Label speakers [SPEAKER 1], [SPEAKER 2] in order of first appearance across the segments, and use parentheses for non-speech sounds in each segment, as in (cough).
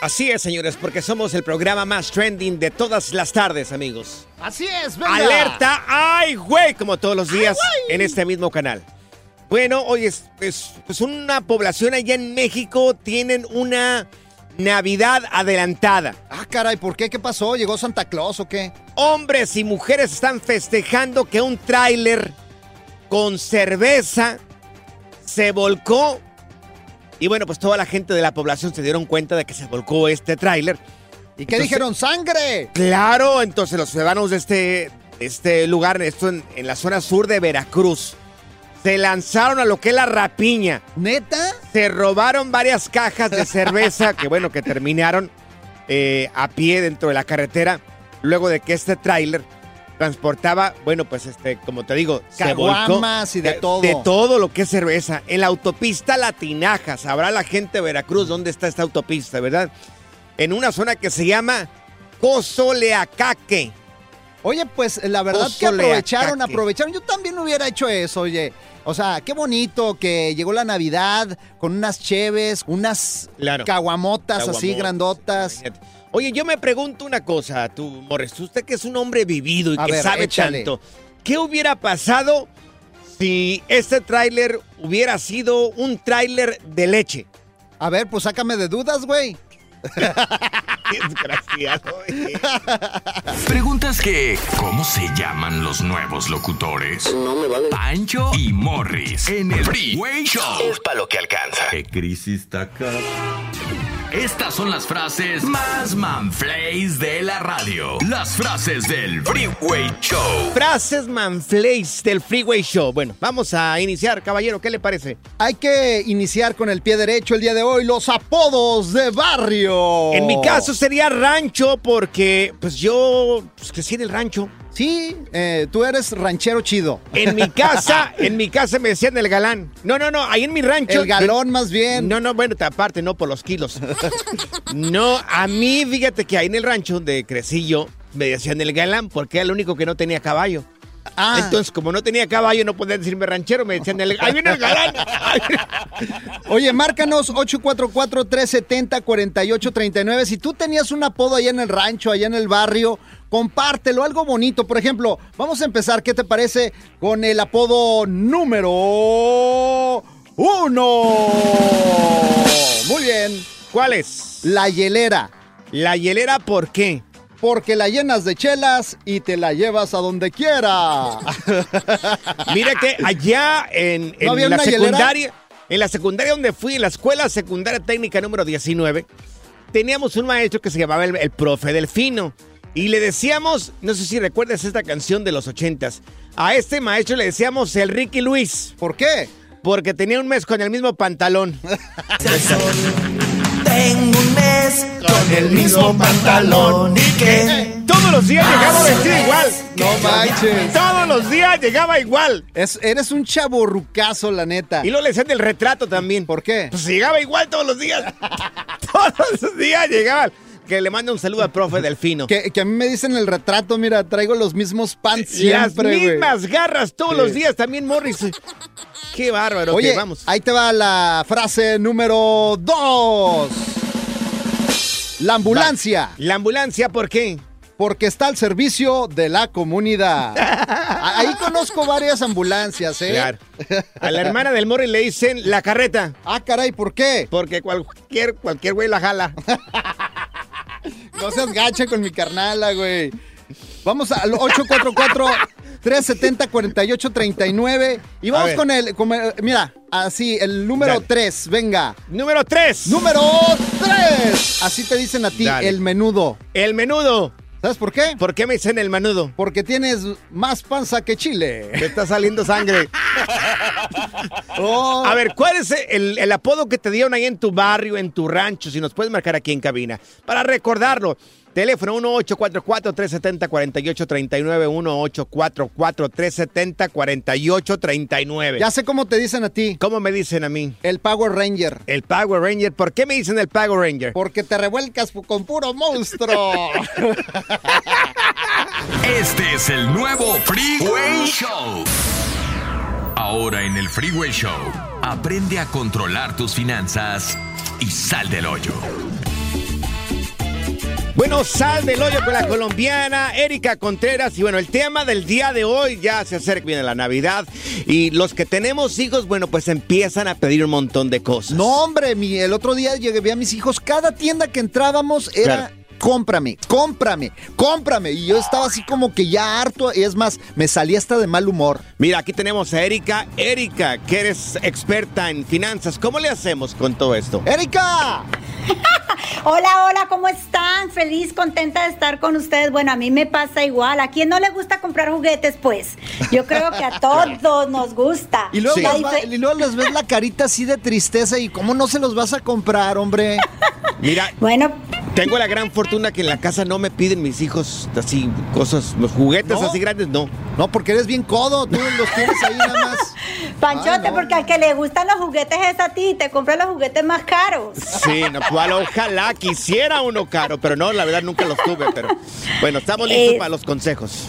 [SPEAKER 1] Así es, señores, porque somos el programa más trending de todas las tardes, amigos.
[SPEAKER 2] Así es, venga.
[SPEAKER 1] Alerta, ay, güey, como todos los días en este mismo canal. Bueno, hoy es, es- pues una población allá en México tienen una Navidad adelantada.
[SPEAKER 2] Ah, caray, ¿por qué? ¿Qué pasó? ¿Llegó Santa Claus o qué?
[SPEAKER 1] Hombres y mujeres están festejando que un tráiler con cerveza se volcó. Y bueno, pues toda la gente de la población se dieron cuenta de que se volcó este tráiler.
[SPEAKER 2] ¿Y qué
[SPEAKER 1] Entonces-
[SPEAKER 2] dijeron? ¡Sangre!
[SPEAKER 1] Claro, entonces los ciudadanos de este, este lugar, esto en, en la zona sur de Veracruz, se lanzaron a lo que es la rapiña.
[SPEAKER 2] ¿Neta?
[SPEAKER 1] Se robaron varias cajas de cerveza que, bueno, que terminaron eh, a pie dentro de la carretera, luego de que este tráiler transportaba, bueno, pues este, como te digo, se volcó.
[SPEAKER 2] Caguamas y de todo.
[SPEAKER 1] De todo lo que es cerveza. En la autopista La Tinaja, sabrá la gente de Veracruz dónde está esta autopista, ¿verdad? En una zona que se llama Cozoleacaque.
[SPEAKER 2] Oye, pues la verdad
[SPEAKER 1] Oso
[SPEAKER 2] que
[SPEAKER 1] le
[SPEAKER 2] aprovecharon,
[SPEAKER 1] ataque.
[SPEAKER 2] aprovecharon. Yo también hubiera hecho eso, oye. O sea, qué bonito que llegó la Navidad con unas cheves, unas
[SPEAKER 1] Claro.
[SPEAKER 2] caguamotas así
[SPEAKER 1] Caguamotas,
[SPEAKER 2] grandotas.
[SPEAKER 1] Imagínate. Oye, yo me pregunto una cosa, tú, Morris, usted que es un hombre vivido y
[SPEAKER 2] A
[SPEAKER 1] que
[SPEAKER 2] ver,
[SPEAKER 1] sabe
[SPEAKER 2] échale.
[SPEAKER 1] tanto, ¿qué hubiera pasado si este tráiler hubiera sido un tráiler de leche?
[SPEAKER 2] A ver, pues sácame de dudas, güey. (laughs)
[SPEAKER 1] Desgraciado. eh.
[SPEAKER 3] Preguntas que. ¿Cómo se llaman los nuevos locutores? No me vale. Pancho y Morris en el Freeway Show. Es para lo que alcanza. ¿Qué crisis está acá? Estas son las frases más manflays de la radio. Las frases del Freeway Show.
[SPEAKER 1] Frases Manflays del Freeway Show. Bueno, vamos a iniciar, caballero, ¿qué le parece?
[SPEAKER 2] Hay que iniciar con el pie derecho el día de hoy, los apodos de barrio.
[SPEAKER 1] En mi
[SPEAKER 2] Oh.
[SPEAKER 1] caso sería rancho porque pues yo pues, crecí en el rancho.
[SPEAKER 2] Sí, eh, tú eres ranchero chido.
[SPEAKER 1] En mi
[SPEAKER 2] (laughs)
[SPEAKER 1] casa, en mi casa me decían el galán. No, no, no, ahí en mi rancho.
[SPEAKER 2] El galón más bien.
[SPEAKER 1] No, no, bueno, te- aparte, no por los kilos. No, a mí, fíjate que ahí en el rancho donde crecí yo, me decían el galán porque era el único que no tenía caballo.
[SPEAKER 2] Ah,
[SPEAKER 1] Entonces, como no tenía caballo, no podían decirme ranchero, me decían el ¡Ahí viene el galán! Ahí viene-
[SPEAKER 2] oye, márcanos 844-370-4839. Si tú tenías un apodo allá en el rancho, allá en el barrio, compártelo, algo bonito. Por ejemplo, vamos a empezar, ¿qué te parece? Con el apodo número uno.
[SPEAKER 1] uno.
[SPEAKER 2] Muy bien.
[SPEAKER 1] ¿Cuál es?
[SPEAKER 2] La hielera.
[SPEAKER 1] La hielera, ¿por qué?
[SPEAKER 2] Porque la llenas de chelas y te la llevas a donde quiera.
[SPEAKER 1] Mira que allá en, en
[SPEAKER 2] ¿No había
[SPEAKER 1] la
[SPEAKER 2] una hielera?
[SPEAKER 1] secundaria, en la secundaria donde fui, en la escuela secundaria técnica número 19, teníamos un maestro que se llamaba el, el profe Delfino. Y le decíamos, no sé si recuerdas esta canción de los ochentas, a este maestro le decíamos el Ricky Luis,
[SPEAKER 2] ¿Por qué?
[SPEAKER 1] porque tenía un mes con el mismo
[SPEAKER 4] (laughs)
[SPEAKER 1] pantalón.
[SPEAKER 4] Tengo un mes con (laughs) el mismo pantalón y que
[SPEAKER 1] Todos los días llegaba vestido igual.
[SPEAKER 2] Ah, No manches.
[SPEAKER 1] Todos los días llegaba igual.
[SPEAKER 2] Es- eres un chaborrucazo, la neta.
[SPEAKER 1] Y luego le decían del retrato también.
[SPEAKER 2] ¿Por qué?
[SPEAKER 1] Pues llegaba igual todos los días. (laughs) todos los días llegaba. Que le manda un saludo al profe Delfino.
[SPEAKER 2] Que, que a mí me dicen el retrato, mira, traigo los mismos pants
[SPEAKER 1] Las
[SPEAKER 2] siempre, güey.
[SPEAKER 1] mismas garras todos
[SPEAKER 2] Sí.
[SPEAKER 1] los días también, Morris. Qué bárbaro.
[SPEAKER 2] Oye,
[SPEAKER 1] que vamos.
[SPEAKER 2] ahí te va la frase número dos. La ambulancia,
[SPEAKER 1] La ambulancia, ¿por qué?
[SPEAKER 2] porque está al servicio de la
[SPEAKER 1] (laughs)
[SPEAKER 2] comunidad. A- ahí conozco varias ambulancias, ¿eh?
[SPEAKER 1] Claro. A la hermana del Morris le dicen la carreta.
[SPEAKER 2] Ah, caray, ¿por qué?
[SPEAKER 1] Porque cualquier, cualquier güey la jala.
[SPEAKER 2] No seas gacha con mi carnala, güey. Vamos al 844-370-4839. Y
[SPEAKER 1] A
[SPEAKER 2] vamos
[SPEAKER 1] ver.
[SPEAKER 2] con el, con el- Mira, así, el número
[SPEAKER 1] Dale.
[SPEAKER 2] 3. Venga.
[SPEAKER 1] Número 3.
[SPEAKER 2] Número 3. Así te dicen a ti,
[SPEAKER 1] Dale.
[SPEAKER 2] el menudo.
[SPEAKER 1] El menudo.
[SPEAKER 2] ¿Sabes por qué?
[SPEAKER 1] ¿Por qué me dicen el menudo?
[SPEAKER 2] Porque tienes más panza que chile.
[SPEAKER 1] Me está saliendo (laughs) sangre.
[SPEAKER 2] Oh,
[SPEAKER 1] A ver, ¿cuál es el, el apodo que te dieron ahí en tu barrio, en tu rancho? Si nos puedes marcar aquí en cabina. Para recordarlo, teléfono 1844-370-4839, 1844-370-4839.
[SPEAKER 2] ya sé cómo te dicen a ti,
[SPEAKER 1] ¿Cómo me dicen a mí?
[SPEAKER 2] el Power Ranger.
[SPEAKER 1] El Power Ranger. ¿Por qué me dicen el Power Ranger?
[SPEAKER 2] Porque te revuelcas pu- con puro monstruo.
[SPEAKER 3] Este es el nuevo Freeway Show. Ahora en el Freeway Show, aprende a controlar tus finanzas y sal del hoyo.
[SPEAKER 1] (laughs) Bueno, sal del hoyo con la colombiana Erika Contreras. Y bueno, el tema del día de hoy ya se acerca bien a la Navidad. Y los que tenemos hijos, bueno, pues empiezan a pedir un montón de cosas.
[SPEAKER 2] No, hombre, mi, el otro día llegué vi a mis hijos. Cada tienda que entrábamos era.
[SPEAKER 1] Claro.
[SPEAKER 2] Cómprame, cómprame, cómprame. Y yo estaba así como que ya harto. Y es más, me salí hasta de mal humor.
[SPEAKER 1] Mira, aquí tenemos a Erika. Erika, que eres experta en finanzas. ¿Cómo le hacemos con todo esto?
[SPEAKER 2] ¡Erika!
[SPEAKER 5] (laughs) Hola, hola, ¿cómo están? Feliz, contenta de estar con ustedes. Bueno, a mí me pasa igual. ¿A quién no le gusta comprar juguetes, pues? Yo creo que
[SPEAKER 2] (laughs)
[SPEAKER 5] a todos nos gusta.
[SPEAKER 2] Y luego,
[SPEAKER 5] La
[SPEAKER 2] les va-
[SPEAKER 5] dife-
[SPEAKER 2] y luego les ves la carita así de tristeza. ¿Y cómo no se los vas a comprar, hombre?
[SPEAKER 1] Mira,
[SPEAKER 5] Bueno,
[SPEAKER 1] tengo la gran fortuna que en la casa no me piden mis hijos así cosas, los juguetes
[SPEAKER 2] ¿No?
[SPEAKER 1] así grandes, no.
[SPEAKER 2] No, porque eres bien codo. Tú los tienes ahí nada más.
[SPEAKER 5] (laughs) Panchote,
[SPEAKER 2] Ay, no.
[SPEAKER 5] porque al que le gustan los juguetes es a ti, te compra los juguetes más caros.
[SPEAKER 1] Sí, no, cual, ojalá quisiera uno caro, pero no, la verdad nunca los tuve, pero bueno, estamos listos
[SPEAKER 5] Eh,
[SPEAKER 1] para los consejos.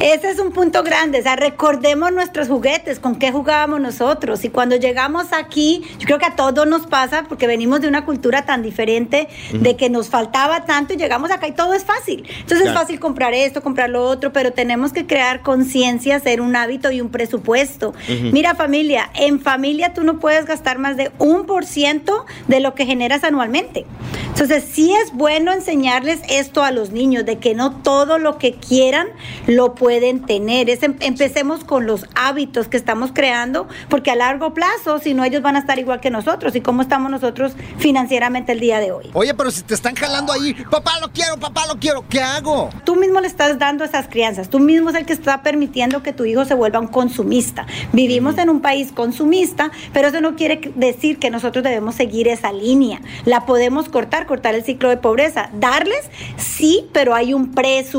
[SPEAKER 5] Ese es un punto grande, o sea, recordemos nuestros juguetes, con qué jugábamos nosotros. Y cuando llegamos aquí, yo creo que a todos nos pasa, porque venimos de una cultura tan diferente, de que nos faltaba tanto y llegamos acá y todo es fácil. Entonces
[SPEAKER 1] Claro.
[SPEAKER 5] es fácil comprar esto, comprar lo otro, pero tenemos que crear conciencia, hacer un hábito y un presupuesto. Mira familia, en familia tú no puedes gastar más de un por ciento de lo que generas anualmente. Entonces, sí es bueno enseñarles esto a los niños, de que no todo lo que quieran lo pueden tener. Es em- empecemos con los hábitos que estamos creando, porque a largo plazo, si no, ellos van a estar igual que nosotros. ¿Y cómo estamos nosotros financieramente el día de hoy?
[SPEAKER 2] Oye, pero si te están jalando ahí, papá lo quiero, papá lo quiero, ¿qué hago?
[SPEAKER 5] Tú mismo le estás dando esas crianzas, tú mismo es el que está permitiendo que tu hijo se vuelva un consumista. Vivimos en un país consumista, pero eso no quiere decir que nosotros debemos seguir esa línea. La podemos cortar, cortar el ciclo de pobreza. Darles, sí, pero hay un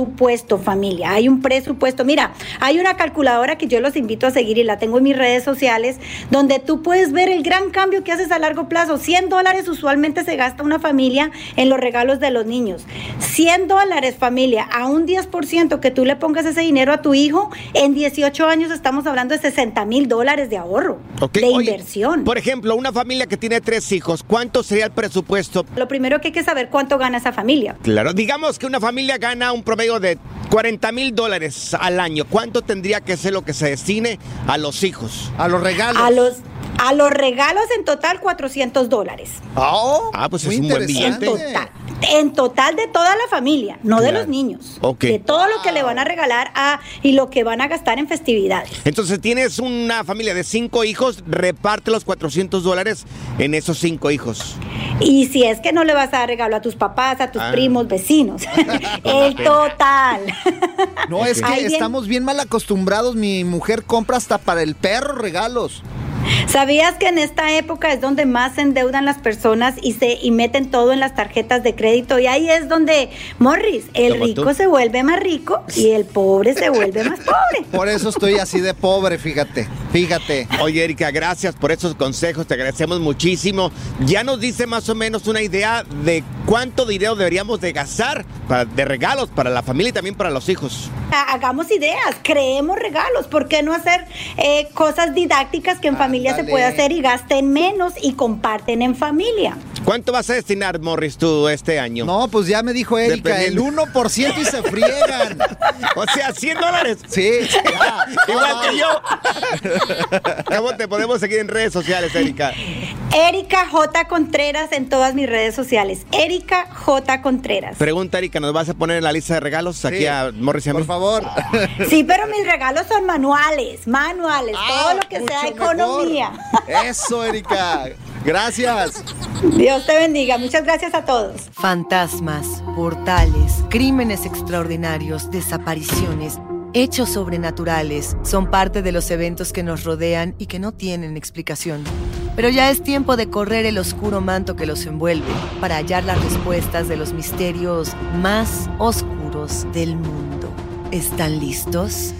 [SPEAKER 5] presupuesto, familia, hay un presupuesto. Mira, hay una calculadora que yo los invito a seguir y la tengo en mis redes sociales, donde tú puedes ver el gran cambio que haces a largo plazo. 100 dólares usualmente se gasta una familia en los regalos de los niños. 100 dólares familia, a un 10% que tú le pongas ese dinero a tu hijo, en 18 años estamos hablando de 60 mil dólares de ahorro,
[SPEAKER 1] Ok,
[SPEAKER 5] de
[SPEAKER 1] oye,
[SPEAKER 5] inversión.
[SPEAKER 1] Por ejemplo, una familia que tiene tres hijos, ¿cuánto sería el presupuesto?
[SPEAKER 5] Lo primero que hay que saber cuánto gana esa familia.
[SPEAKER 1] Claro, digamos que una familia gana un promedio de 40 mil dólares al año. ¿Cuánto tendría que ser lo que se destine a los hijos?
[SPEAKER 2] A los regalos.
[SPEAKER 5] A los A los regalos en total 400 dólares.
[SPEAKER 2] Oh,
[SPEAKER 1] ah, pues
[SPEAKER 5] muy
[SPEAKER 1] es un buen
[SPEAKER 5] En
[SPEAKER 1] billete.
[SPEAKER 5] total, en total de toda la familia, no de
[SPEAKER 1] Claro.
[SPEAKER 5] los niños.
[SPEAKER 1] Ok.
[SPEAKER 5] De todo lo que le van a regalar a, y lo que van a gastar en festividades.
[SPEAKER 1] Entonces tienes una familia de cinco hijos, reparte los 400 dólares en esos cinco hijos.
[SPEAKER 5] Y si es que no le vas a dar regalo a tus papás, a tus
[SPEAKER 1] Ah.
[SPEAKER 5] primos,
[SPEAKER 2] (laughs)
[SPEAKER 5] vecinos. el
[SPEAKER 2] pena.
[SPEAKER 5] total.
[SPEAKER 2] No, es que
[SPEAKER 5] Ahí viene-
[SPEAKER 2] estamos bien mal acostumbrados. Mi mujer compra hasta para el perro regalos.
[SPEAKER 5] ¿Sabías que en esta época es donde más se endeudan las personas y se y meten todo en las tarjetas de crédito? Y ahí es donde, Morris, el
[SPEAKER 2] Como tú.
[SPEAKER 5] rico se vuelve más rico y el pobre se vuelve más pobre.
[SPEAKER 2] Por eso estoy así de pobre, fíjate. Fíjate.
[SPEAKER 1] Oye, Erika, gracias por esos consejos, te agradecemos muchísimo. Ya nos dice más o menos una idea de cuánto dinero deberíamos de gastar para- de regalos para la familia y también para los hijos.
[SPEAKER 5] Ha- Hagamos ideas, creemos regalos. ¿Por qué no hacer eh, cosas didácticas que en familia se
[SPEAKER 1] Ándale.
[SPEAKER 5] puede hacer y gasten menos y comparten en familia?
[SPEAKER 1] ¿Cuánto vas a destinar, Morris, tú este año?
[SPEAKER 2] No, pues ya me dijo Erika, el
[SPEAKER 1] Dependiendo.
[SPEAKER 2] 1% y se friegan.
[SPEAKER 1] (laughs) O sea, 100 dólares.
[SPEAKER 2] Sí.
[SPEAKER 1] Igual que yo. ¿Cómo te podemos seguir en redes sociales, Erika?
[SPEAKER 5] Erika J. Contreras en todas mis redes sociales. Erika J. Contreras.
[SPEAKER 1] Pregunta, Erika, ¿nos vas a poner en la lista de regalos aquí a Morris y a mí? Por
[SPEAKER 2] favor.
[SPEAKER 5] Sí, pero mis regalos son manuales, manuales, todo lo que sea
[SPEAKER 2] mucho mejor.
[SPEAKER 5] economía.
[SPEAKER 2] Eso, Erika. Gracias.
[SPEAKER 5] Dios te bendiga. Muchas gracias a todos.
[SPEAKER 6] Fantasmas, portales, crímenes extraordinarios, desapariciones, hechos sobrenaturales son parte de los eventos que nos rodean y que no tienen explicación. Pero ya es tiempo de correr el oscuro manto que los envuelve para hallar las respuestas de los misterios más oscuros del mundo. ¿Están listos?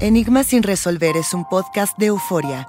[SPEAKER 6] Enigma sin resolver es un podcast de euforia.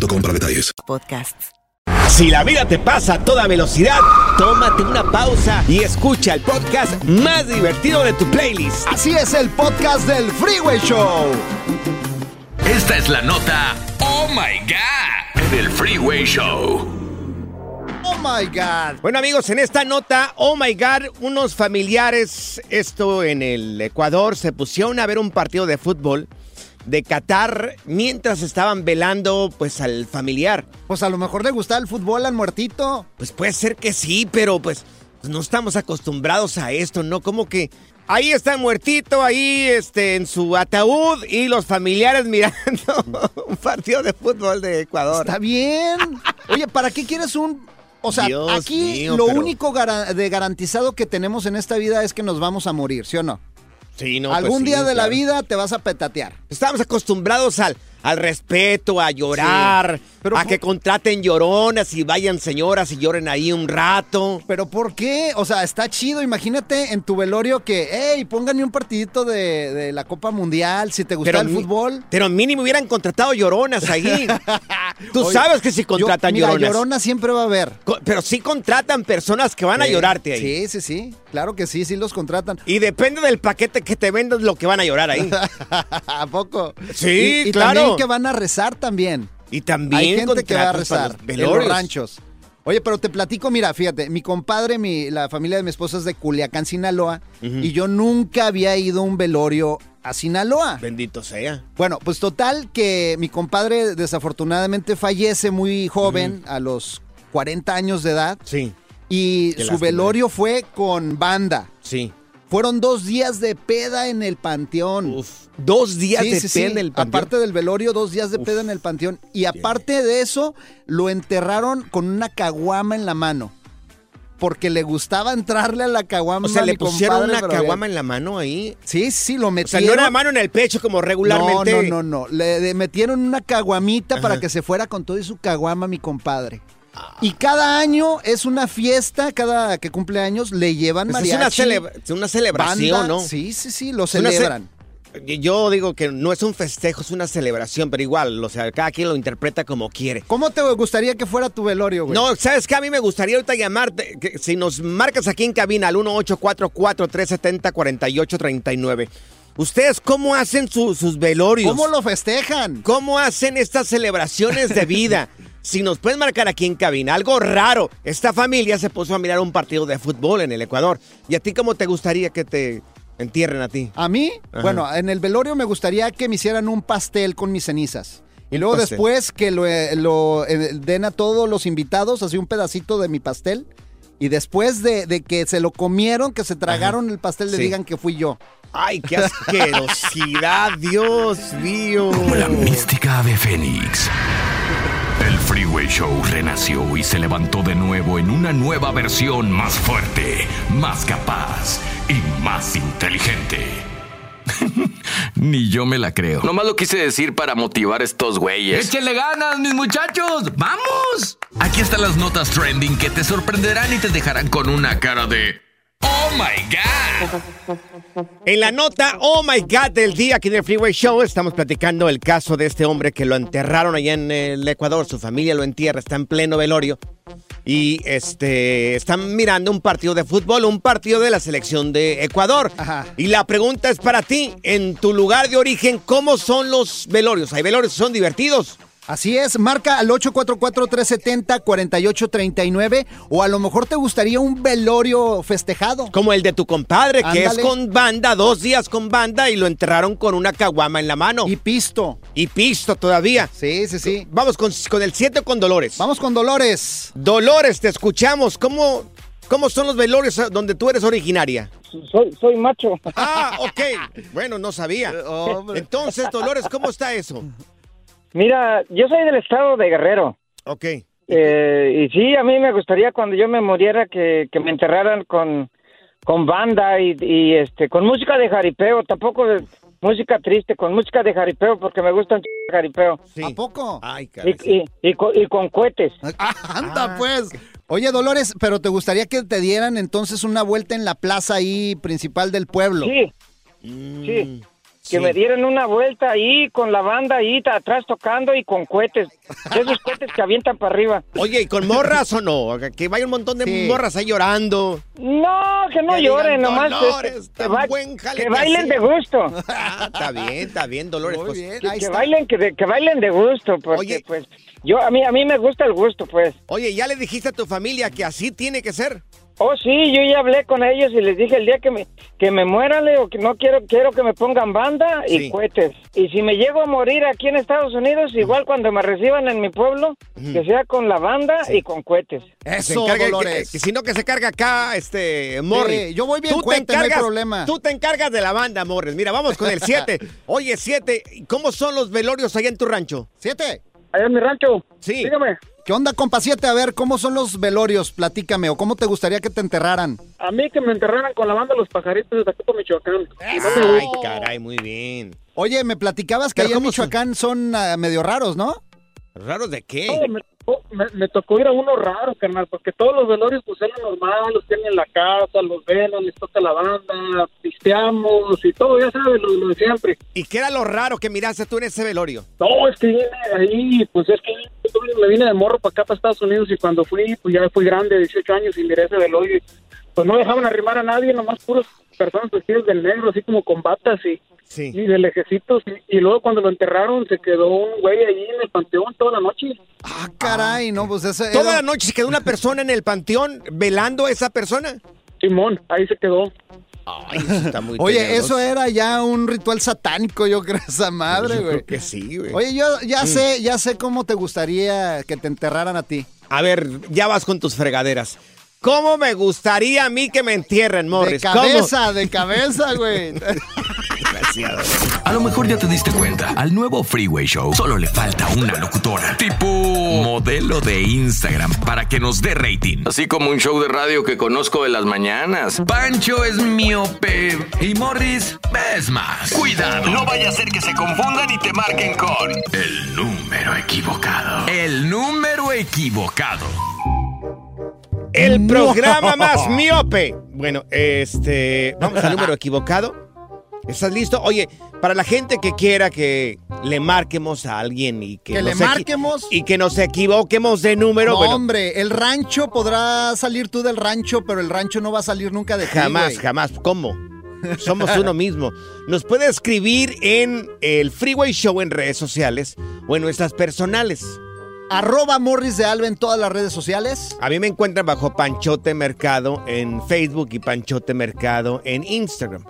[SPEAKER 7] para detalles.
[SPEAKER 6] Podcasts.
[SPEAKER 1] Si la vida te pasa a toda velocidad, tómate una pausa y escucha el podcast más divertido de tu playlist.
[SPEAKER 2] Así es el podcast del Freeway Show.
[SPEAKER 3] Esta es la nota Oh My God en el Freeway Show.
[SPEAKER 2] Oh my God.
[SPEAKER 1] Bueno amigos, en esta nota, oh my God, unos familiares, esto en el Ecuador, se pusieron a ver un partido de fútbol de Qatar mientras estaban velando pues al familiar.
[SPEAKER 2] Pues a lo mejor le gustaba el fútbol al muertito.
[SPEAKER 1] Pues puede ser que sí, pero pues no estamos acostumbrados a esto, ¿no? Como que ahí está el muertito, ahí este, en su ataúd y los familiares (laughs) mirando (laughs) un partido de fútbol de Ecuador.
[SPEAKER 2] Está bien.
[SPEAKER 1] (laughs)
[SPEAKER 2] Oye, ¿para qué quieres un... O sea,
[SPEAKER 1] Dios
[SPEAKER 2] aquí
[SPEAKER 1] mío,
[SPEAKER 2] lo
[SPEAKER 1] pero-
[SPEAKER 2] único gara- de garantizado que tenemos en esta vida es que nos vamos a morir, ¿sí o no?
[SPEAKER 1] Sí, no,
[SPEAKER 2] Algún
[SPEAKER 1] pues sí,
[SPEAKER 2] día de la
[SPEAKER 1] claro.
[SPEAKER 2] vida te vas a petatear.
[SPEAKER 1] Estamos acostumbrados al, al respeto, a llorar, a que contraten lloronas y vayan señoras y lloren ahí un rato.
[SPEAKER 2] Pero ¿por qué? O sea, está chido. Imagínate en tu velorio que, hey, pónganme un partidito de, de la Copa Mundial si te gusta
[SPEAKER 1] Pero
[SPEAKER 2] el
[SPEAKER 1] mi-
[SPEAKER 2] fútbol. (laughs)
[SPEAKER 1] Pero mínimo hubieran contratado lloronas ahí. Tú
[SPEAKER 2] Oye,
[SPEAKER 1] sabes que si contratan
[SPEAKER 2] mira,
[SPEAKER 1] lloronas.
[SPEAKER 2] llorona siempre va a haber.
[SPEAKER 1] Co- Pero sí contratan personas que van a
[SPEAKER 2] Sí,
[SPEAKER 1] llorarte ahí.
[SPEAKER 2] Sí, sí, sí. Claro que sí, sí los contratan.
[SPEAKER 1] Y depende del paquete que te vendas lo que van a llorar ahí.
[SPEAKER 2] (laughs) ¿A poco?
[SPEAKER 1] Sí,
[SPEAKER 2] Y- y
[SPEAKER 1] claro.
[SPEAKER 2] también que van a rezar también.
[SPEAKER 1] Y también
[SPEAKER 2] Hay gente que va a
[SPEAKER 1] contratas para
[SPEAKER 2] rezar
[SPEAKER 1] los
[SPEAKER 2] en los
[SPEAKER 1] velorios.
[SPEAKER 2] ranchos. Oye, pero te platico, mira, fíjate, mi compadre, mi, la familia de mi esposa es de Culiacán, Sinaloa,
[SPEAKER 1] Ujú.
[SPEAKER 2] y yo nunca había ido a un velorio a Sinaloa.
[SPEAKER 1] Bendito sea.
[SPEAKER 2] Bueno, pues total que mi compadre desafortunadamente fallece muy joven, a los 40 años de edad.
[SPEAKER 1] Sí.
[SPEAKER 2] Y
[SPEAKER 1] Qué
[SPEAKER 2] su
[SPEAKER 1] lástima. eh.
[SPEAKER 2] velorio fue con banda.
[SPEAKER 1] Sí.
[SPEAKER 2] Fueron dos días de peda en el panteón.
[SPEAKER 1] Dos días de peda en el panteón.
[SPEAKER 2] Aparte del velorio, dos días de peda en el panteón. Y aparte de eso, lo enterraron con una caguama en la mano. Porque le gustaba entrarle a la caguama.
[SPEAKER 1] O sea,
[SPEAKER 2] a
[SPEAKER 1] le
[SPEAKER 2] mi
[SPEAKER 1] pusieron
[SPEAKER 2] compadre,
[SPEAKER 1] una
[SPEAKER 2] pero bien.
[SPEAKER 1] caguama en la mano ahí.
[SPEAKER 2] Sí, sí, lo
[SPEAKER 1] O sea,
[SPEAKER 2] metieron.
[SPEAKER 1] no era mano en el pecho como regularmente.
[SPEAKER 2] No, no, no, no. Le de- metieron una caguamita
[SPEAKER 1] Ajá. Ah.
[SPEAKER 2] para que se fuera con todo y su caguama, mi compadre. Y cada año es una fiesta, cada que cumple años le llevan
[SPEAKER 1] Pues
[SPEAKER 2] mariachi.
[SPEAKER 1] es una, celebra- es una celebración,
[SPEAKER 2] banda.
[SPEAKER 1] ¿no?
[SPEAKER 2] Sí, sí, sí, lo
[SPEAKER 1] Es una ce-
[SPEAKER 2] celebran.
[SPEAKER 1] Yo digo que no es un festejo, es una celebración, pero igual, o sea, cada quien lo interpreta como quiere.
[SPEAKER 2] ¿Cómo te gustaría que fuera tu velorio, güey?
[SPEAKER 1] No, ¿sabes qué? A mí me gustaría ahorita llamarte, que si nos marcas aquí en cabina al 1844-370-4839. ¿Ustedes cómo hacen su- sus velorios?
[SPEAKER 2] ¿Cómo lo festejan?
[SPEAKER 1] ¿Cómo hacen estas celebraciones de vida? Si nos pueden marcar aquí en cabina, algo raro. Esta familia se puso a mirar un partido de fútbol en el Ecuador. ¿Y a ti cómo te gustaría que te entierren a ti?
[SPEAKER 2] A mí,
[SPEAKER 1] Ajá.
[SPEAKER 2] bueno, en el velorio me gustaría que me hicieran un pastel con mis cenizas. Y
[SPEAKER 1] Un
[SPEAKER 2] luego
[SPEAKER 1] pastel.
[SPEAKER 2] después que lo, eh, lo, eh, den a todos los invitados, así un pedacito de mi pastel. Y después de, de que se lo comieron, que se tragaron el pastel, le
[SPEAKER 1] Sí.
[SPEAKER 2] digan que fui yo.
[SPEAKER 1] ¡Ay, qué asquerosidad! (laughs) ¡Dios mío!
[SPEAKER 3] Como la mística de Fénix. El Freeway Show renació y se levantó de nuevo en una nueva versión más fuerte, más capaz y más inteligente. (laughs) Ni yo me la creo.
[SPEAKER 8] Nomás lo quise decir para motivar a estos güeyes.
[SPEAKER 3] ¡Échenle ganas, mis muchachos! ¡Vamos! Aquí están las notas trending que te sorprenderán y te dejarán con una cara de... ¡Oh, my God!
[SPEAKER 1] En la nota Oh My God del día aquí en el Freeway Show estamos platicando el caso de este hombre que lo enterraron allá en el Ecuador. Su familia lo entierra, está en pleno velorio. Y este, están mirando un partido de fútbol, un partido de la selección de Ecuador.
[SPEAKER 2] Ajá.
[SPEAKER 1] Y la pregunta es para ti, en tu lugar de origen, ¿cómo son los velorios? ¿Hay velorios que son divertidos?
[SPEAKER 2] Así es, marca al 844-370-4839 o a lo mejor te gustaría un velorio festejado.
[SPEAKER 1] Como el de tu compadre, que es
[SPEAKER 2] Ándale.
[SPEAKER 1] con banda, dos días con banda y lo enterraron con una caguama en la mano.
[SPEAKER 2] Y
[SPEAKER 1] Y,
[SPEAKER 2] pisto.
[SPEAKER 1] pisto todavía.
[SPEAKER 2] Sí, sí, sí.
[SPEAKER 1] Vamos con, con el 7 con Dolores.
[SPEAKER 2] Vamos con Dolores.
[SPEAKER 1] Dolores, te escuchamos. ¿Cómo, cómo son los velorios a- donde tú eres originaria?
[SPEAKER 9] Soy, soy macho.
[SPEAKER 1] Ah, ok. Bueno, no sabía.
[SPEAKER 2] Eh,
[SPEAKER 1] Entonces, Dolores, ¿cómo está eso?
[SPEAKER 9] Mira, yo soy del estado de Guerrero.
[SPEAKER 1] Ok.
[SPEAKER 9] Eh, y sí, a mí me gustaría cuando yo me muriera que, que me enterraran con, con banda y, y, este con música de jaripeo, tampoco de música triste, con música de jaripeo porque me gusta el jaripeo.
[SPEAKER 1] Sí.
[SPEAKER 2] ¿A poco?
[SPEAKER 1] Ay, caray.
[SPEAKER 9] Y, y, y co- y con cohetes.
[SPEAKER 1] Ah,
[SPEAKER 2] Anda, pues. Oye, Dolores, pero te gustaría que te dieran entonces una vuelta en la plaza ahí principal del pueblo.
[SPEAKER 9] Sí,
[SPEAKER 1] Mm,
[SPEAKER 9] sí.
[SPEAKER 1] sí.
[SPEAKER 9] Que me dieran una vuelta ahí con la banda ahí ta- atrás tocando y con cohetes. De Esos cohetes que avientan para arriba.
[SPEAKER 1] Oye, ¿y con morras o no? Que vaya un montón de
[SPEAKER 2] Sí.
[SPEAKER 1] morras ahí llorando.
[SPEAKER 9] No, que no
[SPEAKER 1] Que
[SPEAKER 9] lloren,
[SPEAKER 1] digan,
[SPEAKER 9] nomás
[SPEAKER 1] "Dolores,
[SPEAKER 9] este,
[SPEAKER 1] tan buen jale
[SPEAKER 9] que
[SPEAKER 1] que
[SPEAKER 9] bailen de
[SPEAKER 1] hacía". (laughs)
[SPEAKER 9] gusto.
[SPEAKER 1] Ah, está bien, está bien, Dolores.
[SPEAKER 2] Muy
[SPEAKER 1] pues.
[SPEAKER 2] bien,
[SPEAKER 9] Que,
[SPEAKER 2] ahí
[SPEAKER 9] que
[SPEAKER 2] está.
[SPEAKER 9] bailen que, de- que bailen de gusto, porque
[SPEAKER 1] Oye.
[SPEAKER 9] pues yo a mí a mí me gusta el gusto, pues.
[SPEAKER 1] Oye, ¿ya le dijiste a tu familia que así tiene que ser?
[SPEAKER 9] Oh, sí, yo ya hablé con ellos y les dije el día que me que me muera, o que no quiero quiero que me pongan banda y
[SPEAKER 1] Sí.
[SPEAKER 9] cohetes. Y si me llego a morir aquí en Estados Unidos, igual cuando me reciban en mi pueblo, que sea con la banda y con cohetes.
[SPEAKER 1] Se
[SPEAKER 2] Eso,
[SPEAKER 1] encarga el que-
[SPEAKER 2] Dolores.
[SPEAKER 1] que si no, que se carga acá, este, Morris.
[SPEAKER 2] yo voy bien cuenta, no hay problema.
[SPEAKER 1] Tú te encargas de la banda, Morris. Mira, vamos con
[SPEAKER 2] (laughs)
[SPEAKER 1] el 7. Oye, 7, ¿cómo son los velorios allá en tu rancho?
[SPEAKER 2] Siete.
[SPEAKER 9] Allá en mi rancho.
[SPEAKER 1] Sí.
[SPEAKER 9] Dígame,
[SPEAKER 2] ¿Qué onda, compa siete? A ver, ¿cómo son los velorios? Platícame, o cómo te gustaría que te enterraran.
[SPEAKER 9] a mí que me enterraran con la banda Los Pajaritos de Tacuba, Michoacán.
[SPEAKER 1] Ay, caray, muy bien.
[SPEAKER 2] Oye, me platicabas que
[SPEAKER 1] Pero
[SPEAKER 2] allá en
[SPEAKER 1] ¿cómo son?
[SPEAKER 2] Michoacán son ah, medio raros, ¿no?
[SPEAKER 1] ¿Raros de qué?
[SPEAKER 9] Oh, me-
[SPEAKER 10] tocó, me, me tocó ir a uno raro, carnal, porque todos los velorios pues es lo normal, los tienen en la casa, los velan, les toca la banda, pisteamos y todo, ya sabes, lo, lo de siempre.
[SPEAKER 1] ¿Y qué era lo raro que miraste tú en ese velorio?
[SPEAKER 10] No, es que vine ahí, pues es que yo me vine de morro para acá, para Estados Unidos, y cuando fui, pues ya fui grande, 18 años, y miré ese velorio, y pues no dejaban arrimar a nadie, nomás puros personas vestidas del negro, así como con batas y, y de lejecitos, y, y luego cuando lo enterraron se quedó un güey ahí en el panteón toda la noche.
[SPEAKER 2] Ah, caray, no, pues eso
[SPEAKER 1] Toda la noche se quedó una persona en el panteón velando a esa persona.
[SPEAKER 10] Simón, ahí se quedó.
[SPEAKER 2] Oye, eso era ya un ritual satánico, yo creo, esa madre,
[SPEAKER 1] Yo
[SPEAKER 2] güey.
[SPEAKER 1] creo que sí, güey.
[SPEAKER 2] Oye, yo ya
[SPEAKER 1] Mm.
[SPEAKER 2] sé, ya sé cómo te gustaría que te enterraran a ti.
[SPEAKER 1] A ver, ya vas con tus fregaderas. ¿Cómo me gustaría a mí que me entierren, Morris?
[SPEAKER 2] de cabeza, de cabeza, güey.
[SPEAKER 1] (laughs)
[SPEAKER 3] A lo mejor ya te diste cuenta, al nuevo Freeway Show solo le falta una locutora, tipo modelo de Instagram, para que nos dé rating.
[SPEAKER 8] Así como un show de radio que conozco de las mañanas. Pancho es miope y Morris es más. Cuidado, no vaya a ser que se confundan y te marquen con el número equivocado. El número equivocado.
[SPEAKER 1] ¿Cómo? El programa más miope. Bueno, este, vamos al
[SPEAKER 2] (laughs)
[SPEAKER 1] número equivocado. ¿Estás listo? Oye, para la gente que quiera que le marquemos a alguien y que,
[SPEAKER 2] ¿Que le
[SPEAKER 1] nos equi-
[SPEAKER 2] marquemos?
[SPEAKER 1] y que nos equivoquemos de número,
[SPEAKER 2] No,
[SPEAKER 1] bueno,
[SPEAKER 2] hombre, el rancho podrá salir tú del rancho, pero el rancho no va a salir nunca de ti,
[SPEAKER 1] Jamás,
[SPEAKER 2] güey.
[SPEAKER 1] jamás. ¿Cómo? Somos uno mismo. Nos puede escribir en el Freeway Show en redes sociales o en nuestras personales.
[SPEAKER 2] Arroba Morris de Alba en todas las redes sociales.
[SPEAKER 1] A mí me encuentran bajo Panchote Mercado en Facebook y Panchote Mercado en Instagram.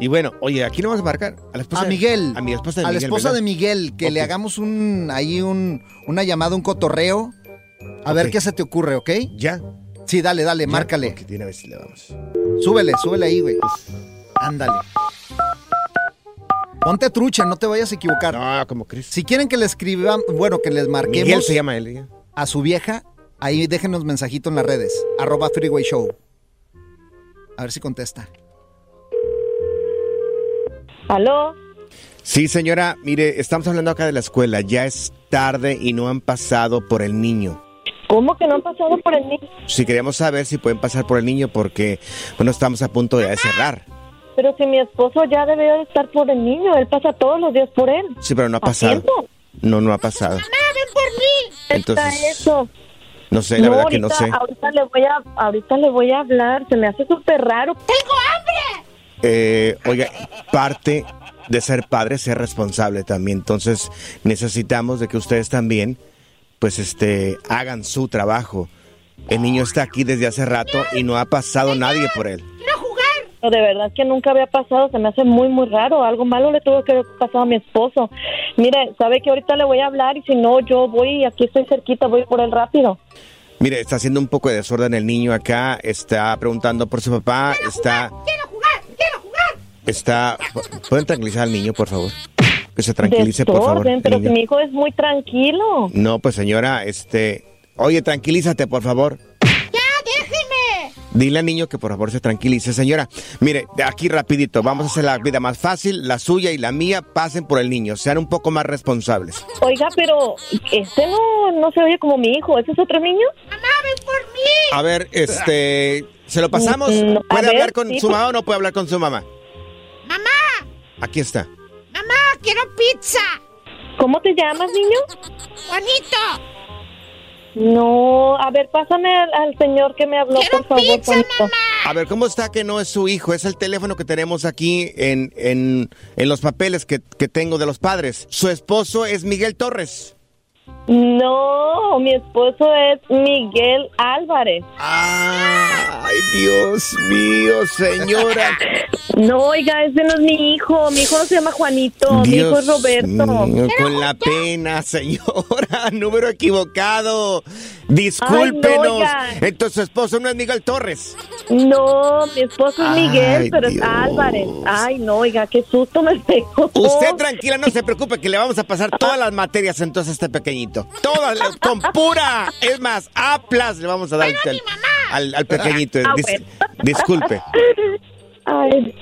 [SPEAKER 1] Y bueno, oye, aquí no vamos a marcar a la esposa
[SPEAKER 2] A Miguel.
[SPEAKER 1] De, a mi esposa de
[SPEAKER 2] A la
[SPEAKER 1] Miguel,
[SPEAKER 2] esposa
[SPEAKER 1] ¿verdad?
[SPEAKER 2] de Miguel, que le
[SPEAKER 1] Ok.
[SPEAKER 2] hagamos un ahí un, una llamada, un cotorreo. A ver
[SPEAKER 1] Ok.
[SPEAKER 2] qué se te ocurre, ¿ok?
[SPEAKER 1] Ya.
[SPEAKER 2] Sí, dale, dale, márcale.
[SPEAKER 1] Ok, de una vez le vamos.
[SPEAKER 2] Súbele, súbele ahí, güey. Ándale. Ponte trucha, no te vayas a equivocar.
[SPEAKER 1] No, como Cristo.
[SPEAKER 2] Si quieren que le escriban, bueno, que les marquemos
[SPEAKER 1] Miguel se llama él. ¿eh? ya.
[SPEAKER 2] a su vieja, ahí déjenos mensajito en las redes. Arroba Freeway Show. A ver si contesta.
[SPEAKER 11] ¿Aló?
[SPEAKER 1] Sí, señora, mire, estamos hablando acá de la escuela. Ya es tarde y no han pasado por el niño.
[SPEAKER 11] ¿Cómo que no han pasado por el niño?
[SPEAKER 1] Si queríamos saber si pueden pasar por el niño porque, bueno, estamos a punto de cerrar.
[SPEAKER 11] Pero si mi esposo ya debería de estar por el niño, él pasa todos los días por él.
[SPEAKER 1] Sí, pero no ha
[SPEAKER 11] ¿A
[SPEAKER 1] pasado.
[SPEAKER 11] tiempo?
[SPEAKER 1] No, no ha pasado.
[SPEAKER 11] por mí!
[SPEAKER 1] Entonces,
[SPEAKER 11] Está eso.
[SPEAKER 1] No sé, la verdad que no
[SPEAKER 11] ahorita-
[SPEAKER 1] sé.
[SPEAKER 11] Ahorita le, voy a, ahorita le voy a hablar, se me hace súper raro. ¡Tengo hambre!
[SPEAKER 1] Eh, oiga, parte de ser padre es ser responsable también. Entonces, necesitamos de que ustedes también, pues, este, hagan su trabajo. El niño está aquí desde hace rato y no ha pasado nadie por él.
[SPEAKER 11] No, De verdad que nunca había pasado, se me hace muy, muy raro. Algo malo le tuvo que haber pasado a mi esposo. Mire, sabe que ahorita le voy a hablar y si no, yo voy, aquí estoy cerquita, voy por él rápido.
[SPEAKER 1] Mire, está haciendo un poco de desorden el niño acá, está preguntando por su papá, está... Está... ¿Pueden tranquilizar al niño, por favor? Que se tranquilice, por favor.
[SPEAKER 11] Desorden,
[SPEAKER 1] el
[SPEAKER 11] pero si
[SPEAKER 1] niño.
[SPEAKER 11] mi hijo es muy tranquilo.
[SPEAKER 1] No, pues señora, este... Oye, tranquilízate, por favor. Dile al niño que por favor se tranquilice. Señora, mire, de aquí rapidito, vamos a hacer la vida más fácil, la suya y la mía, pasen por el niño, sean un poco más responsables.
[SPEAKER 11] Oiga, pero este no, no se oye como mi hijo. ¿Ese es otro niño?
[SPEAKER 1] A ver, este, ¿se lo pasamos?
[SPEAKER 11] Mm, a
[SPEAKER 1] ¿Puede
[SPEAKER 11] ver,
[SPEAKER 1] hablar con
[SPEAKER 11] sí,
[SPEAKER 1] su
[SPEAKER 11] por-
[SPEAKER 1] mamá o no puede hablar con su mamá?
[SPEAKER 12] Mamá,
[SPEAKER 1] Aquí está.
[SPEAKER 12] mamá, quiero pizza.
[SPEAKER 11] ¿Cómo te llamas, niño?
[SPEAKER 12] Juanito,
[SPEAKER 11] No, a ver, pásame al, al señor que me habló, por favor. Juanito.
[SPEAKER 1] A ver, ¿cómo está que no es su hijo? Es el teléfono que tenemos aquí en, en, en los papeles que, que tengo de los padres. Su esposo es Miguel Torres.
[SPEAKER 11] No, mi esposo es Miguel Álvarez.
[SPEAKER 12] Ah.
[SPEAKER 1] Ay, Dios mío,
[SPEAKER 11] (laughs)
[SPEAKER 1] señora.
[SPEAKER 11] No, oiga, ese no es mi hijo. Mi hijo no se llama Juanito. mi hijo es Roberto.
[SPEAKER 1] mío, con la pena, señora. (laughs) Número equivocado. Discúlpenos.
[SPEAKER 11] Ay, no, ya.
[SPEAKER 1] Entonces, su esposo no es Miguel Torres.
[SPEAKER 11] No, mi esposo es
[SPEAKER 1] Ay,
[SPEAKER 11] Miguel, pero es
[SPEAKER 1] Dios.
[SPEAKER 11] Álvarez. Ay, no, oiga, qué susto me pegó.
[SPEAKER 1] Usted tranquila, no se preocupe que le vamos a pasar todas las materias entonces a este pequeñito. Todas, le- con pura, es más, aplas le vamos a dar al, al- al pequeñito.
[SPEAKER 11] Ah,
[SPEAKER 1] Dis-
[SPEAKER 11] bueno.
[SPEAKER 1] Disculpe.
[SPEAKER 11] Ay,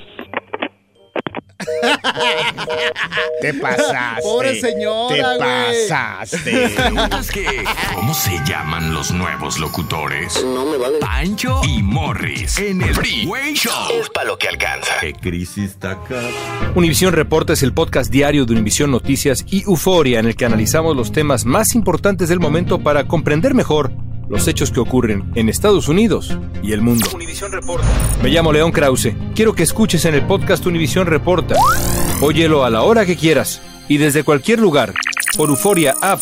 [SPEAKER 1] Te pasaste.
[SPEAKER 2] Pobre señora,
[SPEAKER 1] Te
[SPEAKER 2] güey.
[SPEAKER 1] pasaste.
[SPEAKER 8] ¿Preguntas que cómo se llaman los nuevos locutores? No me vale. Pancho y Morris en el Freeway Show. Es para lo que alcanza. ¿Qué crisis está acá?
[SPEAKER 13] Univisión Reporta es el podcast diario de Univisión Noticias y Euforia en el que analizamos los temas más importantes del momento para comprender mejor los hechos que ocurren en Estados Unidos y el mundo. Me llamo León Krause. Quiero que escuches en el podcast Univisión Reporta. Óyelo a la hora que quieras y desde cualquier lugar, por Euforia App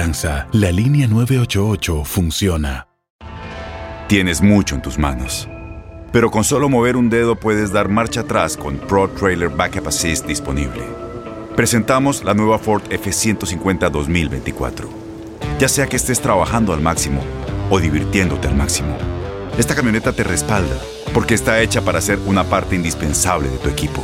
[SPEAKER 14] La línea 988 funciona.
[SPEAKER 15] Tienes mucho en tus manos. Pero con solo mover un dedo puedes dar marcha atrás con Pro Trailer Backup Assist disponible. Presentamos la nueva Ford F150 2024. Ya sea que estés trabajando al máximo o divirtiéndote al máximo, esta camioneta te respalda porque está hecha para ser una parte indispensable de tu equipo.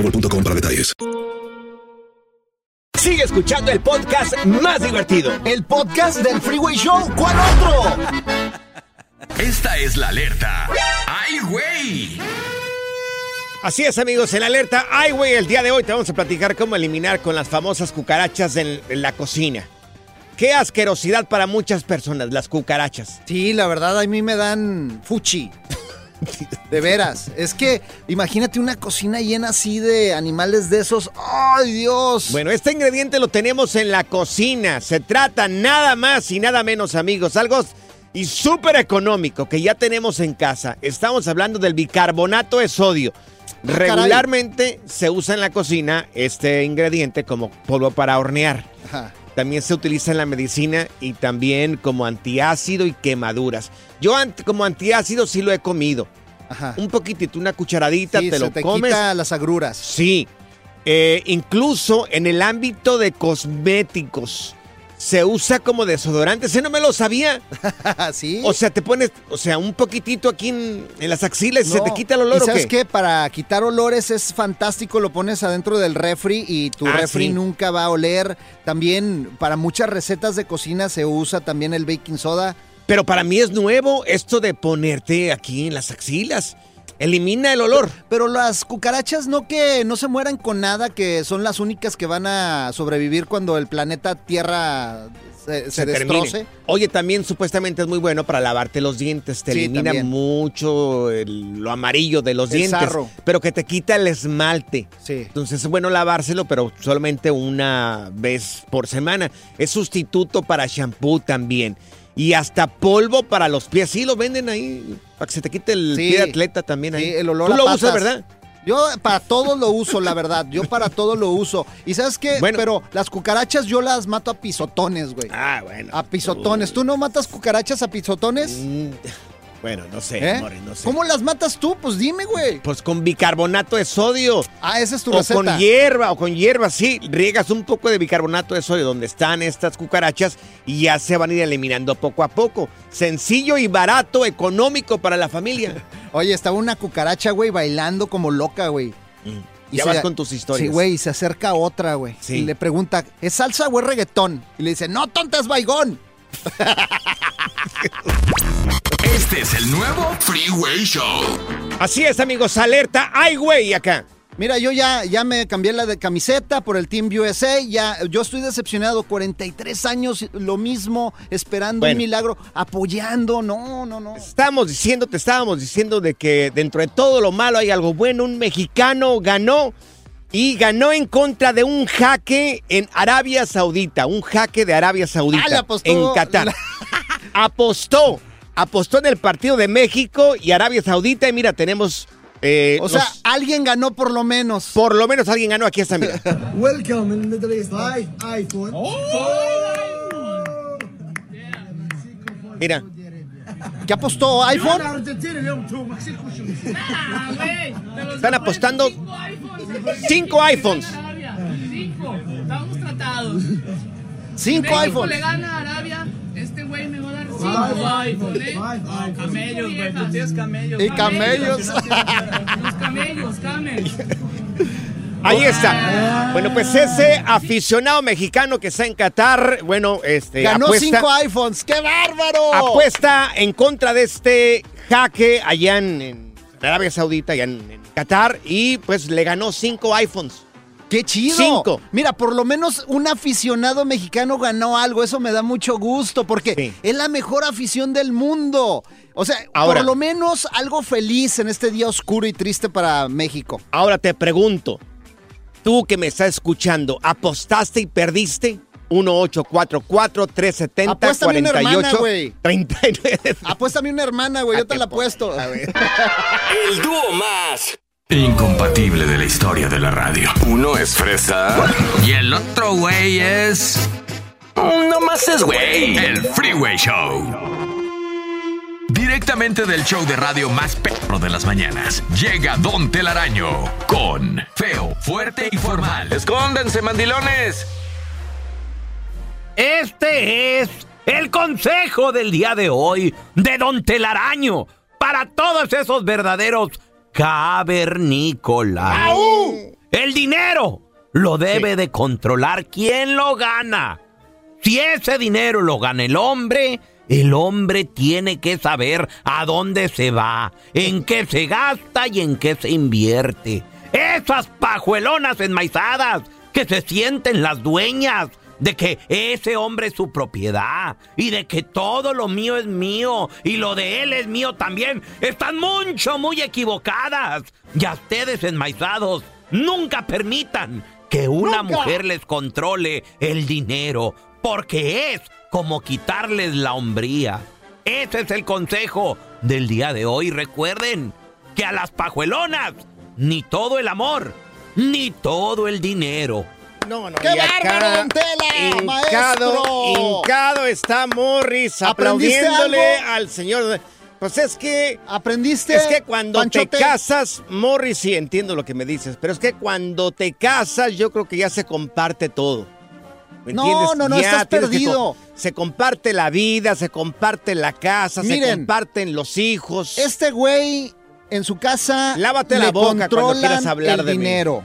[SPEAKER 7] para detalles.
[SPEAKER 16] Sigue escuchando el podcast más divertido. El podcast del Freeway Show. ¿Cuál otro?
[SPEAKER 8] Esta es la alerta.
[SPEAKER 3] Ah,
[SPEAKER 8] ¡Ay, güey!
[SPEAKER 1] Así es, amigos, en alerta. Ay, güey, el día de hoy te vamos a platicar cómo eliminar con las famosas cucarachas en, en la cocina. Qué asquerosidad para muchas personas, las cucarachas.
[SPEAKER 2] Sí, la verdad, a mí me dan fuchi. De veras. Es que imagínate una cocina llena así de animales de esos. ¡Ay, Dios!
[SPEAKER 1] Bueno, este ingrediente lo tenemos en la cocina. Se trata nada más y nada menos, amigos. Algo y súper económico que ya tenemos en casa. Estamos hablando del bicarbonato de sodio.
[SPEAKER 2] Ah, caray.
[SPEAKER 1] Regularmente se usa en la cocina este ingrediente como polvo para hornear.
[SPEAKER 2] Ajá.
[SPEAKER 1] También se utiliza en la medicina y también como antiácido y quemaduras. Yo ant- como antiácido sí lo he comido. Un poquitito, una cucharadita,
[SPEAKER 2] Sí,
[SPEAKER 1] te
[SPEAKER 2] se
[SPEAKER 1] lo
[SPEAKER 2] te
[SPEAKER 1] comes.
[SPEAKER 2] quita las agruras.
[SPEAKER 1] Sí. Eh, incluso en el ámbito de cosméticos. Se usa como desodorante. Ese no me lo sabía.
[SPEAKER 2] (laughs) sí.
[SPEAKER 1] O sea, te pones, o sea, un poquitito aquí en, en las axilas y se
[SPEAKER 2] No.
[SPEAKER 1] te quita el
[SPEAKER 2] ¿Y
[SPEAKER 1] olor o
[SPEAKER 2] sabes
[SPEAKER 1] qué?
[SPEAKER 2] qué? Para quitar olores es fantástico, lo pones adentro del refri y tu
[SPEAKER 1] Ah,
[SPEAKER 2] refri
[SPEAKER 1] sí.
[SPEAKER 2] nunca va a oler. También para muchas recetas de cocina se usa también el baking soda.
[SPEAKER 1] Pero para mí es nuevo esto de ponerte aquí en las axilas. Elimina el olor.
[SPEAKER 2] Pero las cucarachas no que no se mueran con nada, que son las únicas que van a sobrevivir cuando el planeta Tierra se, se
[SPEAKER 1] termine.
[SPEAKER 2] destroce.
[SPEAKER 1] Oye, también supuestamente es muy bueno para lavarte los dientes. Te
[SPEAKER 2] Sí,
[SPEAKER 1] elimina
[SPEAKER 2] también.
[SPEAKER 1] mucho el- lo amarillo de los
[SPEAKER 2] El
[SPEAKER 1] dientes.
[SPEAKER 2] sarro.
[SPEAKER 1] Pero que te quita el esmalte.
[SPEAKER 2] Sí.
[SPEAKER 1] Entonces es bueno lavárselo, pero solamente una vez por semana. Es sustituto para shampoo también. Y hasta polvo para los pies. Sí, lo venden ahí. Para que se te quite el
[SPEAKER 2] Sí.
[SPEAKER 1] pie de atleta también ahí.
[SPEAKER 2] Sí, el olor
[SPEAKER 1] Tú
[SPEAKER 2] a
[SPEAKER 1] lo
[SPEAKER 2] patas.
[SPEAKER 1] usas, ¿verdad?
[SPEAKER 2] Yo para todo lo uso, la verdad. Yo para todo lo uso. ¿Y sabes qué?
[SPEAKER 1] Bueno.
[SPEAKER 2] Pero las cucarachas yo las mato a pisotones, güey.
[SPEAKER 1] Ah, bueno.
[SPEAKER 2] A pisotones. ¿Tú no matas cucarachas a pisotones?
[SPEAKER 1] Bueno, no sé,
[SPEAKER 2] ¿Eh?
[SPEAKER 1] Morris, no sé.
[SPEAKER 2] ¿Cómo las matas tú? Pues dime, güey.
[SPEAKER 1] Pues con bicarbonato de sodio.
[SPEAKER 2] Ah, esa es tu
[SPEAKER 1] o
[SPEAKER 2] receta.
[SPEAKER 1] con hierba, o con hierba, sí. Riegas un poco de bicarbonato de sodio donde están estas cucarachas y ya se van a ir eliminando poco a poco. Sencillo y barato, económico para la familia.
[SPEAKER 2] (laughs)
[SPEAKER 1] Mm,
[SPEAKER 2] Oye, estaba una cucaracha, güey, bailando como loca, güey. Y
[SPEAKER 1] ya
[SPEAKER 2] se-
[SPEAKER 1] vas con tus historias.
[SPEAKER 2] Sí, güey, y se acerca otra, güey.
[SPEAKER 1] Sí.
[SPEAKER 2] Y le pregunta, ¿es salsa o es reggaetón? Y le dice, no, tonta, es
[SPEAKER 1] (laughs)
[SPEAKER 2] baigón.
[SPEAKER 8] Este es el nuevo Freeway Show.
[SPEAKER 1] Así es, amigos, alerta. ¡Ay, güey! Acá.
[SPEAKER 2] Mira, yo ya, ya me cambié la de camiseta por el Team USA. Ya, yo estoy decepcionado. 43 años, lo mismo, esperando
[SPEAKER 1] Bueno.
[SPEAKER 2] un milagro, apoyando. No, no, no.
[SPEAKER 1] Estábamos diciendo, te estábamos diciendo de que dentro de todo lo malo hay algo bueno. Un mexicano ganó y ganó en contra de un jaque en Arabia Saudita, un jaque de Arabia Saudita
[SPEAKER 2] Ah, le apostó
[SPEAKER 1] en Qatar.
[SPEAKER 2] la-
[SPEAKER 1] (laughs) Apostó, apostó en el partido de México y Arabia Saudita y mira, tenemos... eh,
[SPEAKER 2] O sea,
[SPEAKER 1] los-
[SPEAKER 2] alguien ganó por lo menos.
[SPEAKER 1] por lo menos alguien ganó aquí
[SPEAKER 2] (laughs)
[SPEAKER 1] esta mira.
[SPEAKER 4] Welcome in the Middle East. Hi, iPhone.
[SPEAKER 1] Mira.
[SPEAKER 2] ¿Qué apostó iPhone?
[SPEAKER 1] Están apostando cinco iPhones.
[SPEAKER 17] Cinco, estamos tratados.
[SPEAKER 1] Cinco
[SPEAKER 17] México
[SPEAKER 1] iPhones.
[SPEAKER 17] le gana a Arabia, este güey me va a dar cinco iPhones. ¿eh? Camellos, güey, tú tienes camellos.
[SPEAKER 2] Y camellos.
[SPEAKER 17] Los camellos, camel.
[SPEAKER 1] Ahí está. Bueno, pues ese aficionado mexicano que está en Qatar, bueno, este
[SPEAKER 2] ganó
[SPEAKER 1] apuesta,
[SPEAKER 2] cinco iPhones. ¡Qué bárbaro!
[SPEAKER 1] apuesta en contra de este jaque allá en, en Arabia Saudita, allá en, en Qatar, y pues le ganó cinco iPhones.
[SPEAKER 2] ¡Qué chido!
[SPEAKER 1] Cinco.
[SPEAKER 2] Mira, por lo menos un aficionado mexicano ganó algo. Eso me da mucho gusto porque es la mejor afición del mundo. O sea,
[SPEAKER 1] Ahora.
[SPEAKER 2] por lo menos algo feliz en este día oscuro y triste para México.
[SPEAKER 1] Ahora te pregunto, tú que me estás escuchando, ¿apostaste y perdiste? 1844 370
[SPEAKER 2] Apuéstame una hermana,
[SPEAKER 1] 48
[SPEAKER 2] güey.
[SPEAKER 1] 39
[SPEAKER 2] Apuéstame una hermana,
[SPEAKER 1] Ah,
[SPEAKER 2] güey. Yo te la apuesto.
[SPEAKER 18] El dúo más.
[SPEAKER 3] Incompatible de la historia de la radio. Uno es fresa y el otro güey es... No más es güey. El Freeway Show. Directamente del show de radio más perro de las mañanas, llega Don Telaraño con Feo, Fuerte y Formal. Escóndense, mandilones.
[SPEAKER 19] Este es el consejo del día de hoy de Don Telaraño para todos esos verdaderos cavernícolas. El dinero lo debe de controlar quien lo gana. Si ese dinero lo gana el hombre, el hombre tiene que saber a dónde se va, en qué se gasta y en qué se invierte. Esas pajuelonas enmaizadas que se sienten las dueñas de que ese hombre es su propiedad y de que todo lo mío es mío y lo de él es mío también, están mucho, muy equivocadas. Y a ustedes enmaizados, nunca permitan que una
[SPEAKER 20] Nunca.
[SPEAKER 19] mujer les controle el dinero, porque es como quitarles la hombría. Ese es el consejo del día de hoy. Recuerden que a las pajuelonas ni todo el amor, ni todo el dinero.
[SPEAKER 1] No, no,
[SPEAKER 2] ¡Qué
[SPEAKER 1] y acá,
[SPEAKER 2] bárbaro, don Tela,
[SPEAKER 1] Hincado,
[SPEAKER 2] maestro!
[SPEAKER 1] hincado está Morris
[SPEAKER 2] ¿Aprendiste
[SPEAKER 1] aplaudiéndole
[SPEAKER 2] algo?
[SPEAKER 1] al señor. Pues es que.
[SPEAKER 2] ¿Aprendiste?
[SPEAKER 1] Es que cuando
[SPEAKER 2] Panchote?
[SPEAKER 1] te casas, Morris, sí, entiendo lo que me dices, pero es que cuando te casas, yo creo que ya se comparte todo. ¿Me
[SPEAKER 2] No,
[SPEAKER 1] entiendes?
[SPEAKER 2] no, no,
[SPEAKER 1] Ya
[SPEAKER 2] estás
[SPEAKER 1] tienes que
[SPEAKER 2] perdido.
[SPEAKER 1] co- se comparte la vida, se comparte la casa, se
[SPEAKER 2] Miren.
[SPEAKER 1] comparten los hijos.
[SPEAKER 2] Este güey en su (laughs) casa
[SPEAKER 1] Lávate la
[SPEAKER 2] le
[SPEAKER 1] boca cuando
[SPEAKER 2] controlan
[SPEAKER 1] quieras hablar
[SPEAKER 2] el
[SPEAKER 1] de mí.
[SPEAKER 2] dinero.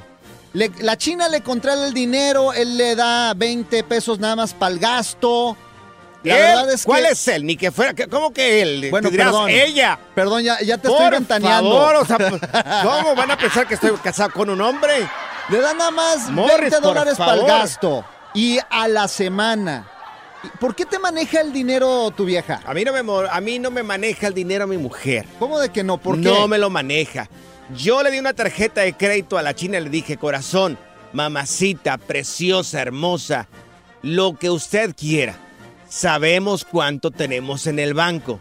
[SPEAKER 2] Le- la China le controla el dinero, él le da 20 pesos nada más para el gasto. La
[SPEAKER 1] ¿Él?
[SPEAKER 2] verdad es que-
[SPEAKER 1] ¿Cuál es él? Ni que fuera. que- ¿Cómo que él?
[SPEAKER 2] Bueno,
[SPEAKER 1] Tú dirás,
[SPEAKER 2] perdón.
[SPEAKER 1] Ella.
[SPEAKER 2] Este, Perdón, ya, ya te
[SPEAKER 1] Por
[SPEAKER 2] estoy ventaneando.
[SPEAKER 1] favor, o sea, pues,
[SPEAKER 2] (laughs)
[SPEAKER 1] ¿cómo van a pensar que estoy casado con un hombre?
[SPEAKER 2] Le dan nada más
[SPEAKER 1] Morris,
[SPEAKER 2] 20
[SPEAKER 1] por
[SPEAKER 2] dólares para el
[SPEAKER 1] favor.
[SPEAKER 2] gasto y a la semana. ¿Por qué te maneja el dinero tu vieja?
[SPEAKER 1] A mí no me, mo- a mí no me maneja el dinero mi mujer.
[SPEAKER 2] ¿Cómo de que no? ¿Por qué?
[SPEAKER 1] No me lo maneja. Yo le di una tarjeta de crédito a la china y le dije, corazón, mamacita, preciosa, hermosa, lo que usted quiera. Sabemos cuánto tenemos en el banco.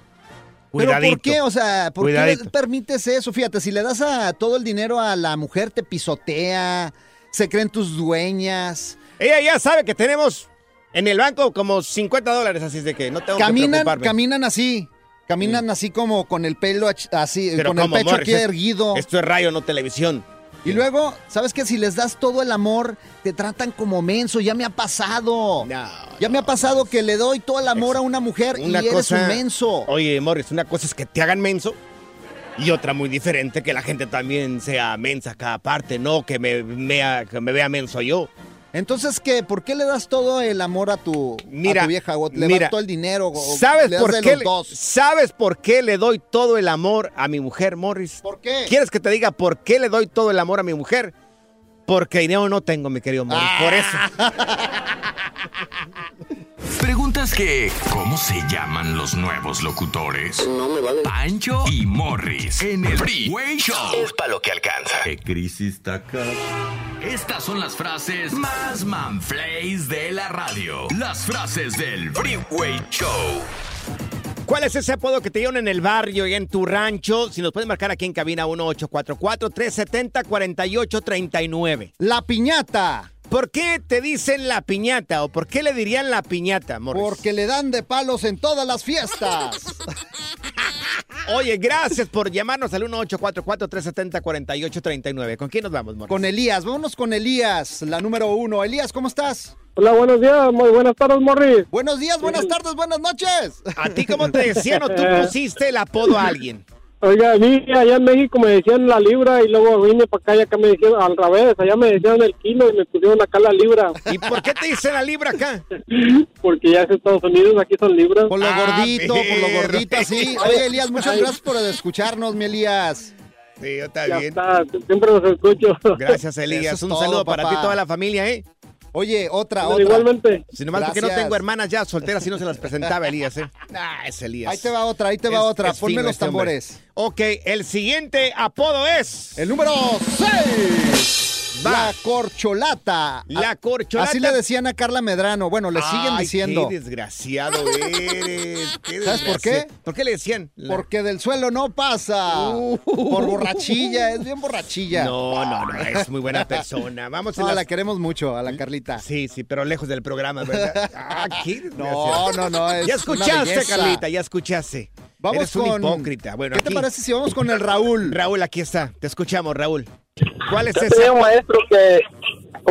[SPEAKER 2] ¿Pero
[SPEAKER 1] Cuidadito.
[SPEAKER 2] por qué? O sea, ¿por qué
[SPEAKER 1] Cuidadito.
[SPEAKER 2] le permites eso? Fíjate, si le das a todo el dinero a la mujer, te pisotea, se creen tus dueñas.
[SPEAKER 1] Ella ya sabe que tenemos en el banco como 50 dólares, así es de que no tengo que
[SPEAKER 2] Caminan,
[SPEAKER 1] preocuparme.
[SPEAKER 2] caminan así. Caminan así como con el pelo ach- así,
[SPEAKER 1] Pero
[SPEAKER 2] con el
[SPEAKER 1] ¿cómo,
[SPEAKER 2] pecho
[SPEAKER 1] Morris?
[SPEAKER 2] aquí
[SPEAKER 1] Es-
[SPEAKER 2] erguido.
[SPEAKER 1] Esto es radio, no televisión.
[SPEAKER 2] Y luego, ¿sabes qué? Si les das todo el amor, te tratan como menso. Ya me ha pasado. ya me ha pasado que le doy todo el amor a una mujer y eres un menso.
[SPEAKER 1] Oye, Morris, una cosa es que te hagan menso y otra muy diferente que la gente también sea mensa a cada parte, no que me, mea- que me vea menso yo.
[SPEAKER 2] Entonces, ¿qué? ¿Por qué le das todo el amor a tu, a
[SPEAKER 1] Mira,
[SPEAKER 2] tu vieja? ¿O ¿Le
[SPEAKER 1] mira,
[SPEAKER 2] das todo el dinero? o
[SPEAKER 1] ¿Sabes
[SPEAKER 2] le das
[SPEAKER 1] por,
[SPEAKER 2] de
[SPEAKER 1] qué
[SPEAKER 2] los
[SPEAKER 1] le,
[SPEAKER 2] dos?
[SPEAKER 1] ¿Sabes por qué le doy todo el amor a mi mujer, Morris? ¿Por
[SPEAKER 2] qué?
[SPEAKER 1] ¿Quieres que te diga por qué le doy todo el amor a mi mujer? Porque dinero no tengo, mi querido Morris. Por
[SPEAKER 2] Ah.
[SPEAKER 1] eso.
[SPEAKER 3] Preguntas que ¿cómo se llaman los nuevos locutores? No me vale. Pancho y Morris en el Freeway Show. Es para lo que alcanza.
[SPEAKER 8] ¿Qué crisis está acá?
[SPEAKER 3] Estas son las frases más manflays de la radio. Las frases del Freeway Show.
[SPEAKER 1] ¿Cuál es ese apodo que te dieron en el barrio y en tu rancho? Si nos puedes marcar aquí en cabina 1844-370-4839.
[SPEAKER 2] La piñata.
[SPEAKER 1] ¿Por qué te dicen la piñata o por qué le dirían la piñata, Morris?
[SPEAKER 2] Porque le dan de palos en todas las fiestas.
[SPEAKER 1] (laughs) Oye, gracias por llamarnos al 1844-370-4839. ¿Con quién nos vamos, Morris?
[SPEAKER 2] Con Elías, vámonos con Elías, la número uno. Elías, ¿cómo estás?
[SPEAKER 21] Hola, buenos días, muy buenas tardes, Morris.
[SPEAKER 2] Buenos días, buenas tardes, buenas noches.
[SPEAKER 1] ¿A ti cómo te
[SPEAKER 21] (laughs)
[SPEAKER 1] decían o tú pusiste el apodo a alguien?
[SPEAKER 21] Oiga, a mí allá en México me decían la libra y luego vine para acá y acá me decían al revés, allá me decían el kilo y me pusieron acá la
[SPEAKER 1] (laughs)
[SPEAKER 21] libra.
[SPEAKER 1] ¿Y por qué te dicen la libra acá?
[SPEAKER 21] Porque ya es Estados Unidos, aquí son libras.
[SPEAKER 2] Por lo
[SPEAKER 1] Ah,
[SPEAKER 2] gordito, por lo gordito, sí. Oye, Elías, muchas
[SPEAKER 21] Ay.
[SPEAKER 2] gracias por escucharnos, mi Elías.
[SPEAKER 1] Sí, yo
[SPEAKER 21] Ya está, siempre los escucho.
[SPEAKER 1] Gracias, Elías.
[SPEAKER 2] Eso es
[SPEAKER 1] Un
[SPEAKER 2] todo,
[SPEAKER 1] saludo para ti
[SPEAKER 2] papá.
[SPEAKER 1] y toda la familia, ¿eh?
[SPEAKER 2] Oye, otra,
[SPEAKER 21] Ándale,
[SPEAKER 2] otra.
[SPEAKER 21] Igualmente.
[SPEAKER 1] Si nomás porque no
[SPEAKER 2] Gracias.
[SPEAKER 1] tengo hermanas ya solteras, si no se las presentaba Elías, ¿eh? Ah, es Elías.
[SPEAKER 2] Ahí te va otra, ahí te va
[SPEAKER 1] Es-
[SPEAKER 2] otra.
[SPEAKER 1] es
[SPEAKER 2] Ponme
[SPEAKER 1] fino
[SPEAKER 2] los
[SPEAKER 1] este hombre.
[SPEAKER 2] tambores.
[SPEAKER 1] Ok, el siguiente apodo es.
[SPEAKER 2] El número 6.
[SPEAKER 1] Va.
[SPEAKER 2] La corcholata.
[SPEAKER 1] La
[SPEAKER 2] A-
[SPEAKER 1] corcholata.
[SPEAKER 2] Así le decían a Carla Medrano. Bueno, le siguen
[SPEAKER 1] Ay,
[SPEAKER 2] diciendo.
[SPEAKER 1] Qué desgraciado eres. qué
[SPEAKER 2] ¿Sabes por qué?
[SPEAKER 1] desgraciado. ¿Por qué le decían? La- Uh.
[SPEAKER 2] Porque del suelo no pasa. Por borrachilla, es bien borrachilla.
[SPEAKER 1] No, no, no, es muy buena persona. Vamos
[SPEAKER 2] No,
[SPEAKER 1] en
[SPEAKER 2] la
[SPEAKER 1] las...
[SPEAKER 2] queremos mucho, a la Carlita.
[SPEAKER 1] Sí, sí, pero lejos del
[SPEAKER 2] (laughs)
[SPEAKER 1] programa, ¿verdad? Ah, qué
[SPEAKER 2] No,
[SPEAKER 1] desgraciado.
[SPEAKER 2] no, no. es una
[SPEAKER 1] ya escuchaste,
[SPEAKER 2] belleza.
[SPEAKER 1] Carlita, ya escuchaste.
[SPEAKER 2] Vamos
[SPEAKER 1] Eres
[SPEAKER 2] con-
[SPEAKER 1] un hipócrita. Bueno,
[SPEAKER 2] ¿Qué te
[SPEAKER 1] aquí-
[SPEAKER 2] parece si vamos con el Raúl?
[SPEAKER 1] Raúl, aquí está. Te escuchamos, Raúl. ¿Cuál es
[SPEAKER 21] Yo
[SPEAKER 1] ese?
[SPEAKER 21] tenía un maestro que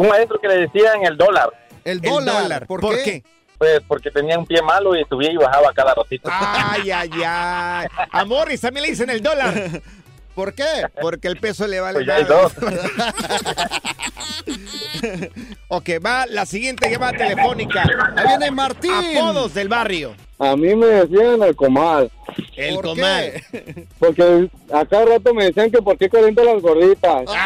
[SPEAKER 21] un maestro que le decían el dólar,
[SPEAKER 2] El
[SPEAKER 1] El
[SPEAKER 2] dólar.
[SPEAKER 1] dólar.
[SPEAKER 2] ¿Por,
[SPEAKER 1] ¿Por
[SPEAKER 2] qué?
[SPEAKER 1] qué?
[SPEAKER 21] pues porque tenía un pie malo y subía y bajaba cada ratito.
[SPEAKER 2] Ah,
[SPEAKER 1] Ay, ay, ay. A Morris también le dicen el dólar.
[SPEAKER 2] ¿Por qué?
[SPEAKER 1] Porque el peso le vale.
[SPEAKER 21] Pues ya hay
[SPEAKER 1] madre.
[SPEAKER 21] dos.
[SPEAKER 1] (laughs) ok, va la siguiente llamada telefónica.
[SPEAKER 2] Ahí viene Martín.
[SPEAKER 1] Apodos del barrio.
[SPEAKER 21] A mí me decían el comal,
[SPEAKER 1] El
[SPEAKER 2] ¿Por
[SPEAKER 1] comal.
[SPEAKER 2] qué?
[SPEAKER 21] porque a cada rato me decían que por qué calienta las gorditas.
[SPEAKER 2] (laughs)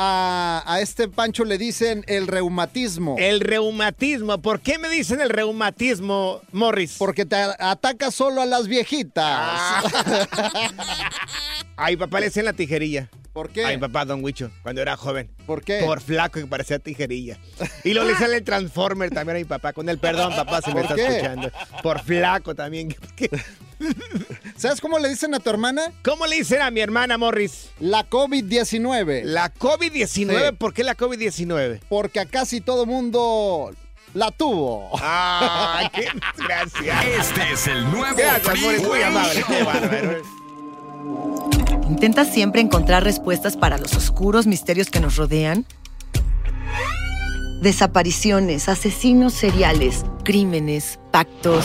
[SPEAKER 2] A, a este Pancho le dicen el reumatismo.
[SPEAKER 1] El reumatismo. ¿Por qué me dicen el reumatismo, Morris? Ah.
[SPEAKER 2] Porque te a- ataca solo a las viejitas. (laughs)
[SPEAKER 1] Ay, papá le decían la tijerilla.
[SPEAKER 2] ¿Por qué?
[SPEAKER 1] Ay, papá, Don Huicho, cuando era joven.
[SPEAKER 2] ¿Por qué?
[SPEAKER 1] Por flaco que parecía tijerilla. Y lo le sale el Transformer también a mi papá. Con el perdón, papá, se me
[SPEAKER 2] ¿Por
[SPEAKER 1] está
[SPEAKER 2] qué?
[SPEAKER 1] escuchando. Por flaco también. (laughs) ¿Qué- qué?
[SPEAKER 2] ¿Sabes cómo le dicen a tu hermana?
[SPEAKER 1] ¿Cómo le dicen a mi hermana Morris?
[SPEAKER 2] La COVID-19.
[SPEAKER 1] La COVID-19.
[SPEAKER 2] Sí.
[SPEAKER 1] ¿Por qué la COVID-19?
[SPEAKER 2] Porque a casi todo mundo la tuvo.
[SPEAKER 1] ¡Ah! ¡Qué desgracia!
[SPEAKER 3] Este es el nuevo
[SPEAKER 1] Gracias, Morris. Muy
[SPEAKER 3] Freeway
[SPEAKER 1] amable. Qué
[SPEAKER 3] Show.
[SPEAKER 1] bárbaro.
[SPEAKER 6] ¿Intentas siempre encontrar respuestas para los oscuros misterios que nos rodean? Desapariciones, asesinos seriales, crímenes, pactos.